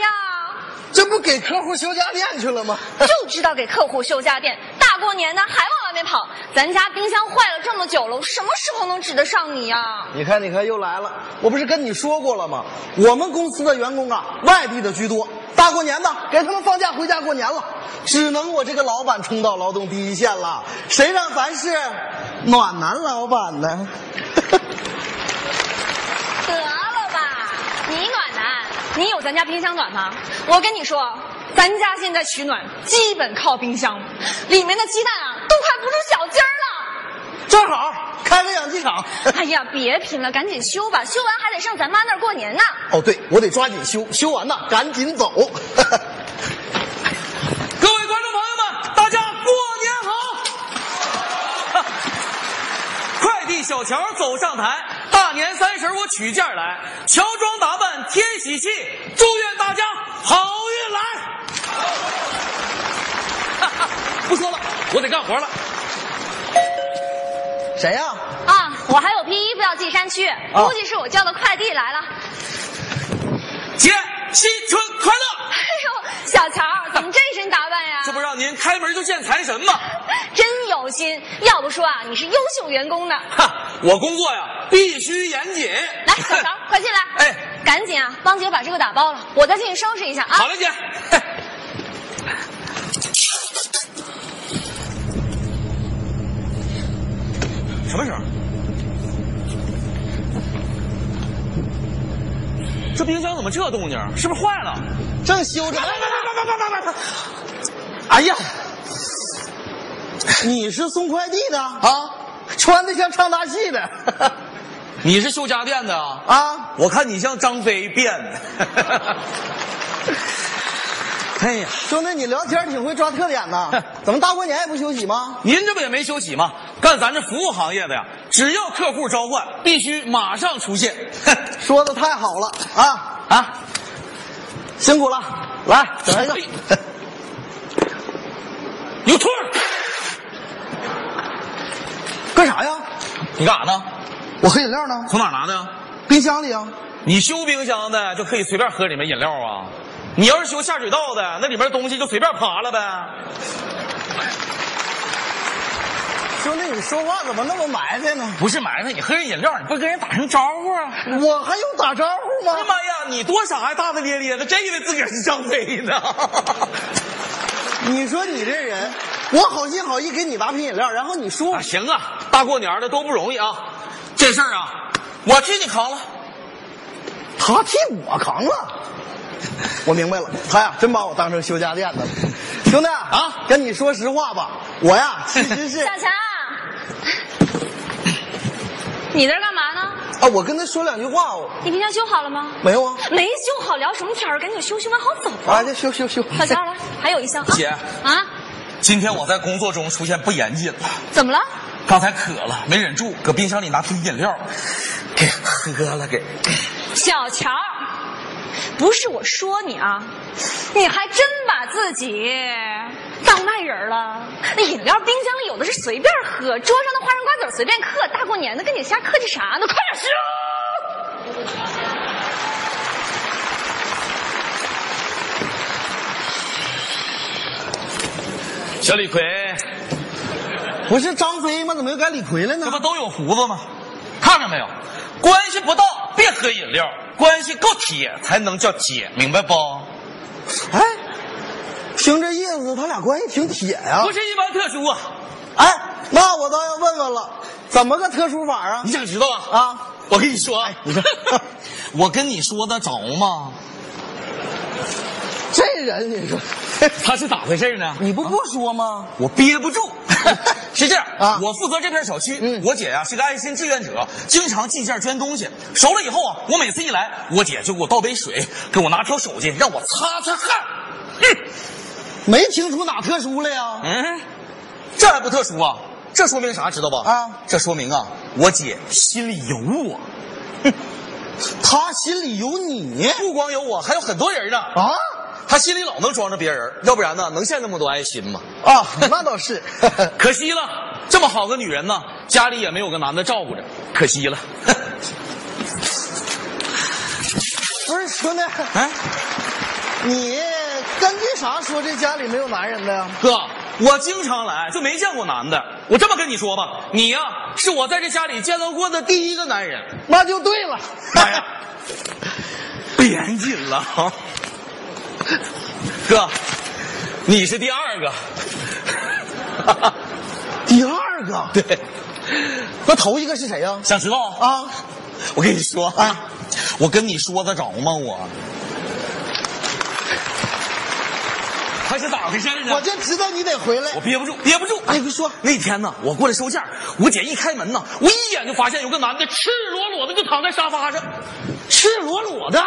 呀？这不给客户修家电去了吗？就知道给客户修家电，大过年的还往外面跑。咱家冰箱坏了这么久了，我什么时候能指得上你呀？你看，你看，又来了！我不是跟你说过了吗？我们公司的员工啊，外地的居多。大过年的，给他们放假回家过年了，只能我这个老板冲到劳动第一线了。谁让咱是暖男老板呢？得了吧，你暖男，你有咱家冰箱暖吗？我跟你说，咱家现在取暖基本靠冰箱，里面的鸡蛋啊都快不住小鸡儿了。正好开个养鸡场。 哎呀，别贫了，赶紧修吧，修完还得上咱妈那儿过年呢。哦，对，我得抓紧修，修完呐，赶紧 走。各位观众朋友们，大家过年好！ 快递小乔走上台，大年三十我取件儿来，乔装打扮添喜气，祝愿大家好运来。 不说了，我得干活了。谁呀、啊，我还有批衣服要寄山区，啊估计是我叫的快递来了。姐，新春快乐！哎呦，小乔， 怎么这身打扮呀？这不让您开门就见财神吗？真有心，要不说啊，你是优秀员工呢。哈，我工作呀必须严谨。来，小乔，快进来。哎，赶紧啊，帮姐把这个打包了，我再进去收拾一下啊。 好嘞，姐。什么声？这冰箱怎么这动静儿？是不是坏了？正修着呢。哎呀，你是送快递的啊？穿的像唱大戏的你是修家电的啊？啊？我看你像张飞变 的。哎呀，兄弟，你聊天挺会抓特点呐哼，怎么大过年也不休息吗？您这不也没休息吗？干咱这服务行业的呀，只要客户召唤，必须马上出现。 说的太好了啊，啊，辛苦了，来整一个。 有兔儿，干啥呀？你干啥呢？我喝饮料呢，从哪儿拿的呀？冰箱里啊。你修冰箱的就可以随便喝里面饮料啊？你要是修下水道的，那里面东西就随便爬了呗？兄弟，你说话怎么那么埋汰呢？不是埋汰，你喝人饮料，你不跟人打声招呼啊？我还用打招呼哎呀吗？妈呀，你多傻呀，大大咧咧的，真以为自个儿是张飞呢？你说你这人，我好心好意给你拿瓶饮料，然后你说我啊，行啊，大过年的都不容易啊，这事儿啊，我替你扛了。他替我扛了。我明白了，他呀真把我当成修家电的了。 兄弟啊跟你说实话吧，我呀其实是小啊，强，你在这儿干嘛呢？啊我跟他说两句话，我你冰箱修好了吗？没有啊？没修好，聊什么天儿？赶紧修，修完好走。啊，这修修修。小乔来，还有一箱啊。姐啊，今天我在工作中出现不严谨了，怎么了？刚才渴了没忍住，搁冰箱里拿瓶饮料，给喝了给。小乔，不是我说你啊，你还真把自己当外人了。那饮料冰箱里有的是随便喝，桌上的花生瓜子儿随便嗑，大过年的跟你瞎客气啥呢？快点啊修！小李逵，不是张飞吗？怎么又改李逵了这不呢？都有胡子吗？看着没有，关系不到别喝饮料，关系够铁才能叫姐，明白不？哎，听这意思，他俩关系挺铁呀、不是一般特殊啊！哎，那我倒要问问了，怎么个特殊法啊你？想知道啊？啊，我跟你说啊，你说 我跟你说得着吗？这人你说，他是咋回事呢？ 你不不说吗？我憋不住。 是这样啊我负责这片小区，嗯我姐呀、是个爱心志愿者，经常进件捐东西。熟了以后啊，我每次一来，我姐就给我倒杯水，给我拿条手巾让我擦擦汗。嗯没听出哪特殊来啊呀？嗯，这还不特殊啊？这说明啥知道吧？啊，这说明啊，我姐心里有我，他心里有你不光有我，还有很多人呢。啊她心里老能装着别人，要不然呢，能献那么多爱心吗？ 啊，那倒是。可惜了，这么好个女人呢，家里也没有个男的照顾着，可惜了。不是兄弟，哎，你根据啥说这家里没有男人的呀？哥，我经常来，就没见过男的。我这么跟你说吧，你呀、是我在这家里见到过的第一个男人。 那就对了。哎呀，不严谨了啊！哥，你是第二个。第二个， 对，那头一个是谁呀、想知道？啊，我跟你说啊，我跟你说得着吗？我还是咋回事呢？我就知道你得回来我。憋不住，憋不住。哎，别说，那天呢，我过来收件儿，我姐一开门呢，我一眼就发现有个男的赤裸裸的就躺在沙发上，赤裸裸的，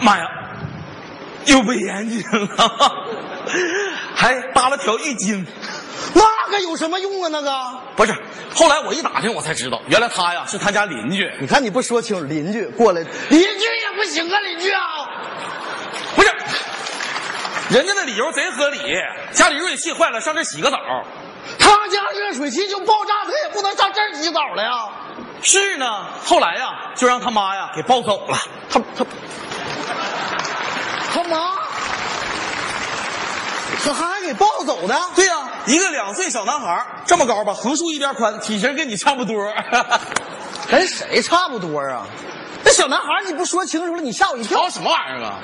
妈呀，又被严谨了，还搭了条浴巾。那个有什么用啊？那个，不是，后来我一打听，我才知道，原来他呀是他家邻居。你看你不说清，邻居过来，邻居也不行啊，邻居啊。不是，人家那理由贼合理，家里热水器坏了，上这洗个澡。他家热水器就爆炸，他也不能上这儿洗澡了呀。是呢，后来呀，就让他妈呀给抱走了。他他他妈，他还给抱走的？对呀、一个两岁小男孩，这么高吧，横竖一边宽，体型跟你差不多。 跟谁差不多啊？那小男孩你不说清楚了，你吓我一跳。吵什么玩意儿啊？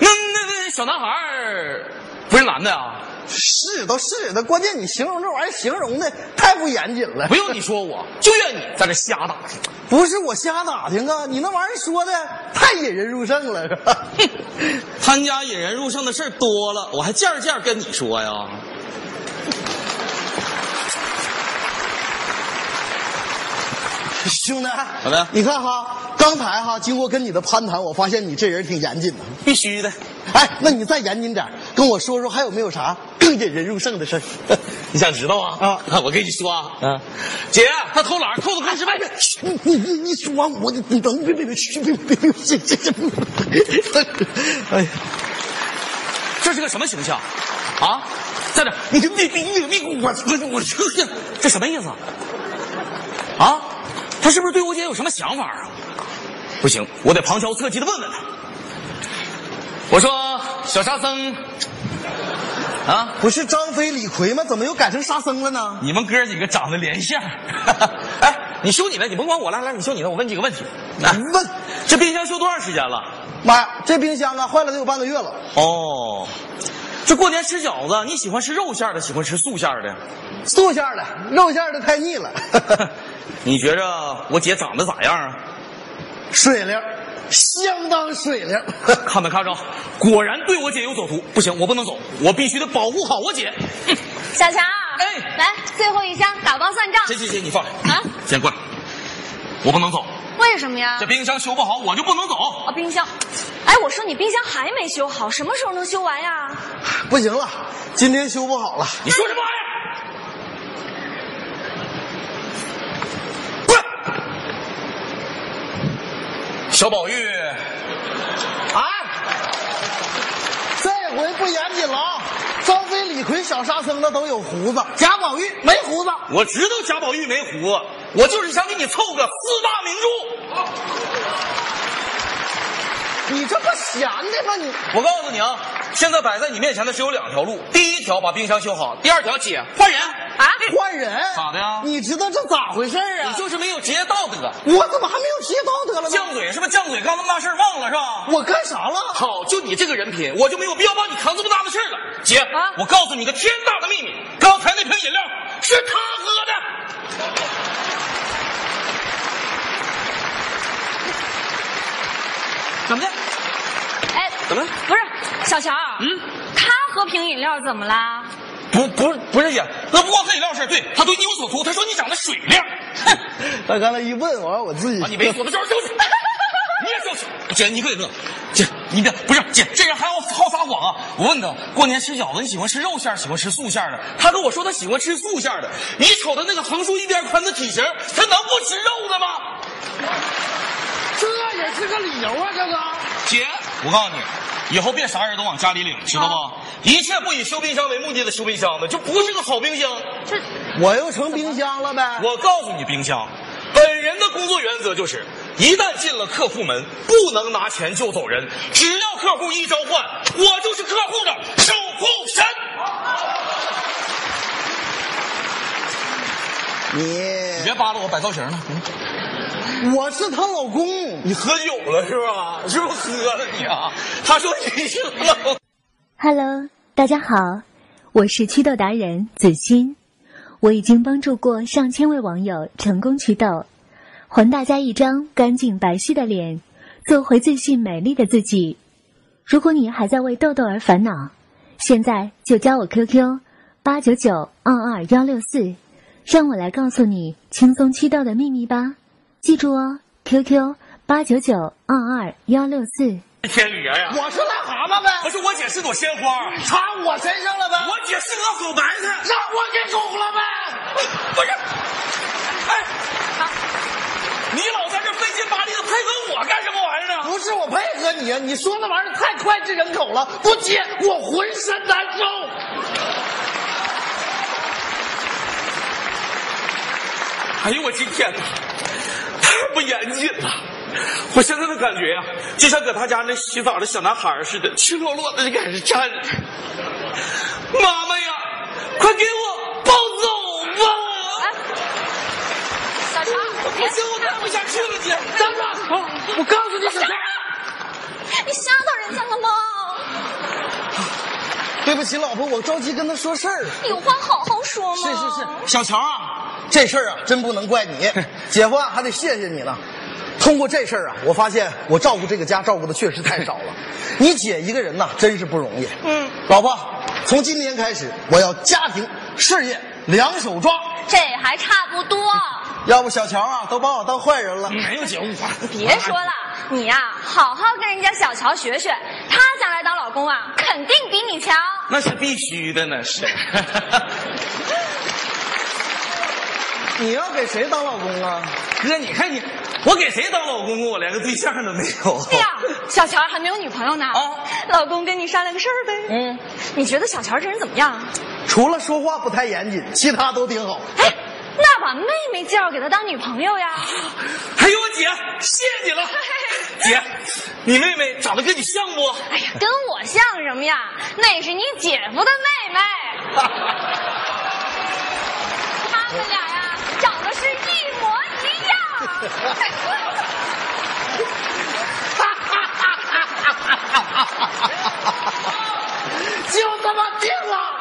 那那那小男孩儿不是男的啊？是都是的，关键你形容这玩意儿形容的太不严谨了不。用你说我，就怨你在这瞎打听。不是我瞎打听啊，你那玩意儿说的太引人入胜了，是吧？ 他家引人入胜的事儿多了，我还件儿件儿跟你说呀。兄弟， 怎么的你看哈，刚才哈，经过跟你的攀谈，我发现你这人挺严谨的。必须的，哎，那你再严谨点儿，跟我说说还有没有啥更引人入胜的事儿？ 你想知道啊？啊，我跟你说啊，嗯，姐，他偷懒，偷的快吃饭去。你你你你说完我，你你等别别别嘘别别别这这这，哎呀，这是个什么形象？啊，在这，你你你你你我我我这这什么意思啊？啊，他是不是对我姐有什么想法啊？不行，我得旁敲侧击的问问他。我说小沙僧，啊，不是张飞李逵吗？怎么又改成沙僧了呢？你们哥几个长得连相。 哎，你修你的，你甭管我，来来，你修你的，我问几个问题。来，问，这冰箱修多长时间了？妈呀，这冰箱啊坏了得有半个月了。哦，这过年吃饺子，你喜欢吃肉馅儿的，喜欢吃素馅儿的？素馅儿的，肉馅儿的太 腻了。你觉着我姐长得咋样啊？水灵，相当水灵。看没看着？果然对我姐有所图。不行，我不能走，我必须得保护好我姐。嗯小强，哎来最后一箱打包算账行行行，你放下，啊？先过来。我不能走，为什么呀这？冰箱修不好，我就不能走。啊，冰箱，哎，我说你冰箱还没修好，什么时候能修完呀？不行了，今天修不好了。你说什么玩意儿？滚！小宝玉，啊，这回不严谨了啊！张飞、李逵、小沙僧那都有胡子，贾宝玉没胡子。我知道贾宝玉没胡子，我就是想给你凑个四大名著。你这不闲的吗？你我告诉你啊，现在摆在你面前的只有两条路，第一条把冰箱修好，第二条姐换人啊！换人咋的呀你知道这咋回事儿你啊？就是没有职业道德，我怎么还没有提道德了呢？犟嘴是不是？犟嘴刚那么大事儿忘了是吧？我干啥了？好，就你这个人品，我就没有必要帮你扛这么大的事儿了。姐，啊我告诉你个天大的秘密，刚才那瓶饮料是他喝的。怎么的？哎，怎么了不是小强？嗯，他喝瓶饮料怎么啦？不，不是，不是姐，那不光喝饮料事儿对他对你有所图，他说你长得水灵。哼。他刚才一问，我让我自己啊，你别说了，就是就是，你也就是。姐，你可得乐，姐，你别不是姐，这人还要好撒谎啊！我问他，过年吃饺子，你喜欢吃肉馅儿，喜欢吃素馅儿的？他跟我说他喜欢吃素馅儿的。你瞅他那个横竖一边宽的体型，他能不吃肉的吗？这也是个理由啊，这个姐，啊我告诉你，以后别啥人都往家里领，知道吗？一切不以修冰箱为目的的修冰箱的，就不是个好冰箱。这我又成冰箱了呗。 我告诉你，冰箱，本人的工作原则就是一旦进了客户门，不能拿钱就走人，只要客户一召唤，我就是客户的守护神。你你别扒拉我，摆造型呢。嗯我是她老公，你喝酒了是吧？是不是喝了你啊？他说你是了。 Hello，大家好，我是祛痘达人子欣，我已经帮助过上千位网友成功祛痘，还大家一张干净白皙的脸，做回自信美丽的自己。如果你还在为痘痘而烦恼，现在就加我 QQ 八九九二二幺六四，让我来告诉你轻松祛痘的秘密吧。记住哦，QQ 八九九二二幺六四。天宇啊呀、我是癞蛤蟆呗，不是我姐是朵鲜花，插我身上了呗，我姐是个狗白菜。让我给拱了呗。不是，哎，你老在这费劲巴力的配合我干什么玩意儿呢？不是我配合你，啊你说那玩意儿太脍炙人口了，不接我浑身难受。哎呦我今天呐，太不严谨了！我现在的感觉呀、就像搁他家那洗澡的小男孩似的，赤裸裸的就在这站着。妈妈呀，快给我抱走吧！小强，不行，我干不下去了，姐。啊等等，我告诉你，小强，你吓到人家了吗？对不起，老婆，我着急跟她说事儿。有话好好说嘛。是是是，小乔啊，这事儿啊，真不能怪 你，姐夫啊还得谢谢你呢。通过这事儿啊，我发现我照顾这个家照顾的确实太少 了。你姐一个人呐、真是不容易。嗯，老婆，从今天开始，我要家庭事业两手抓。这还差不多。要不小乔啊，都把我当坏人了。没有哎姐，我别说了，你呀、好好跟人家小乔学学，他将来当老公啊，肯定比你强。那是必须的，那是。 你要给谁当老公啊？哥，你看你，我给谁当老公啊？我连个对象都没有。对呀、小乔还没有女朋友呢。哦啊老公跟你商量个事儿呗。嗯，你觉得小乔这人怎么样？啊除了说话不太严谨，其他都挺好。哎，那把妹妹介绍给他当女朋友呀。哎呦，我姐，谢谢你了，姐，你妹妹长得跟你像不？哎呀，跟我像什么呀？那是你姐夫的妹妹。他们俩呀，长得是一模一样。就他妈定了。哎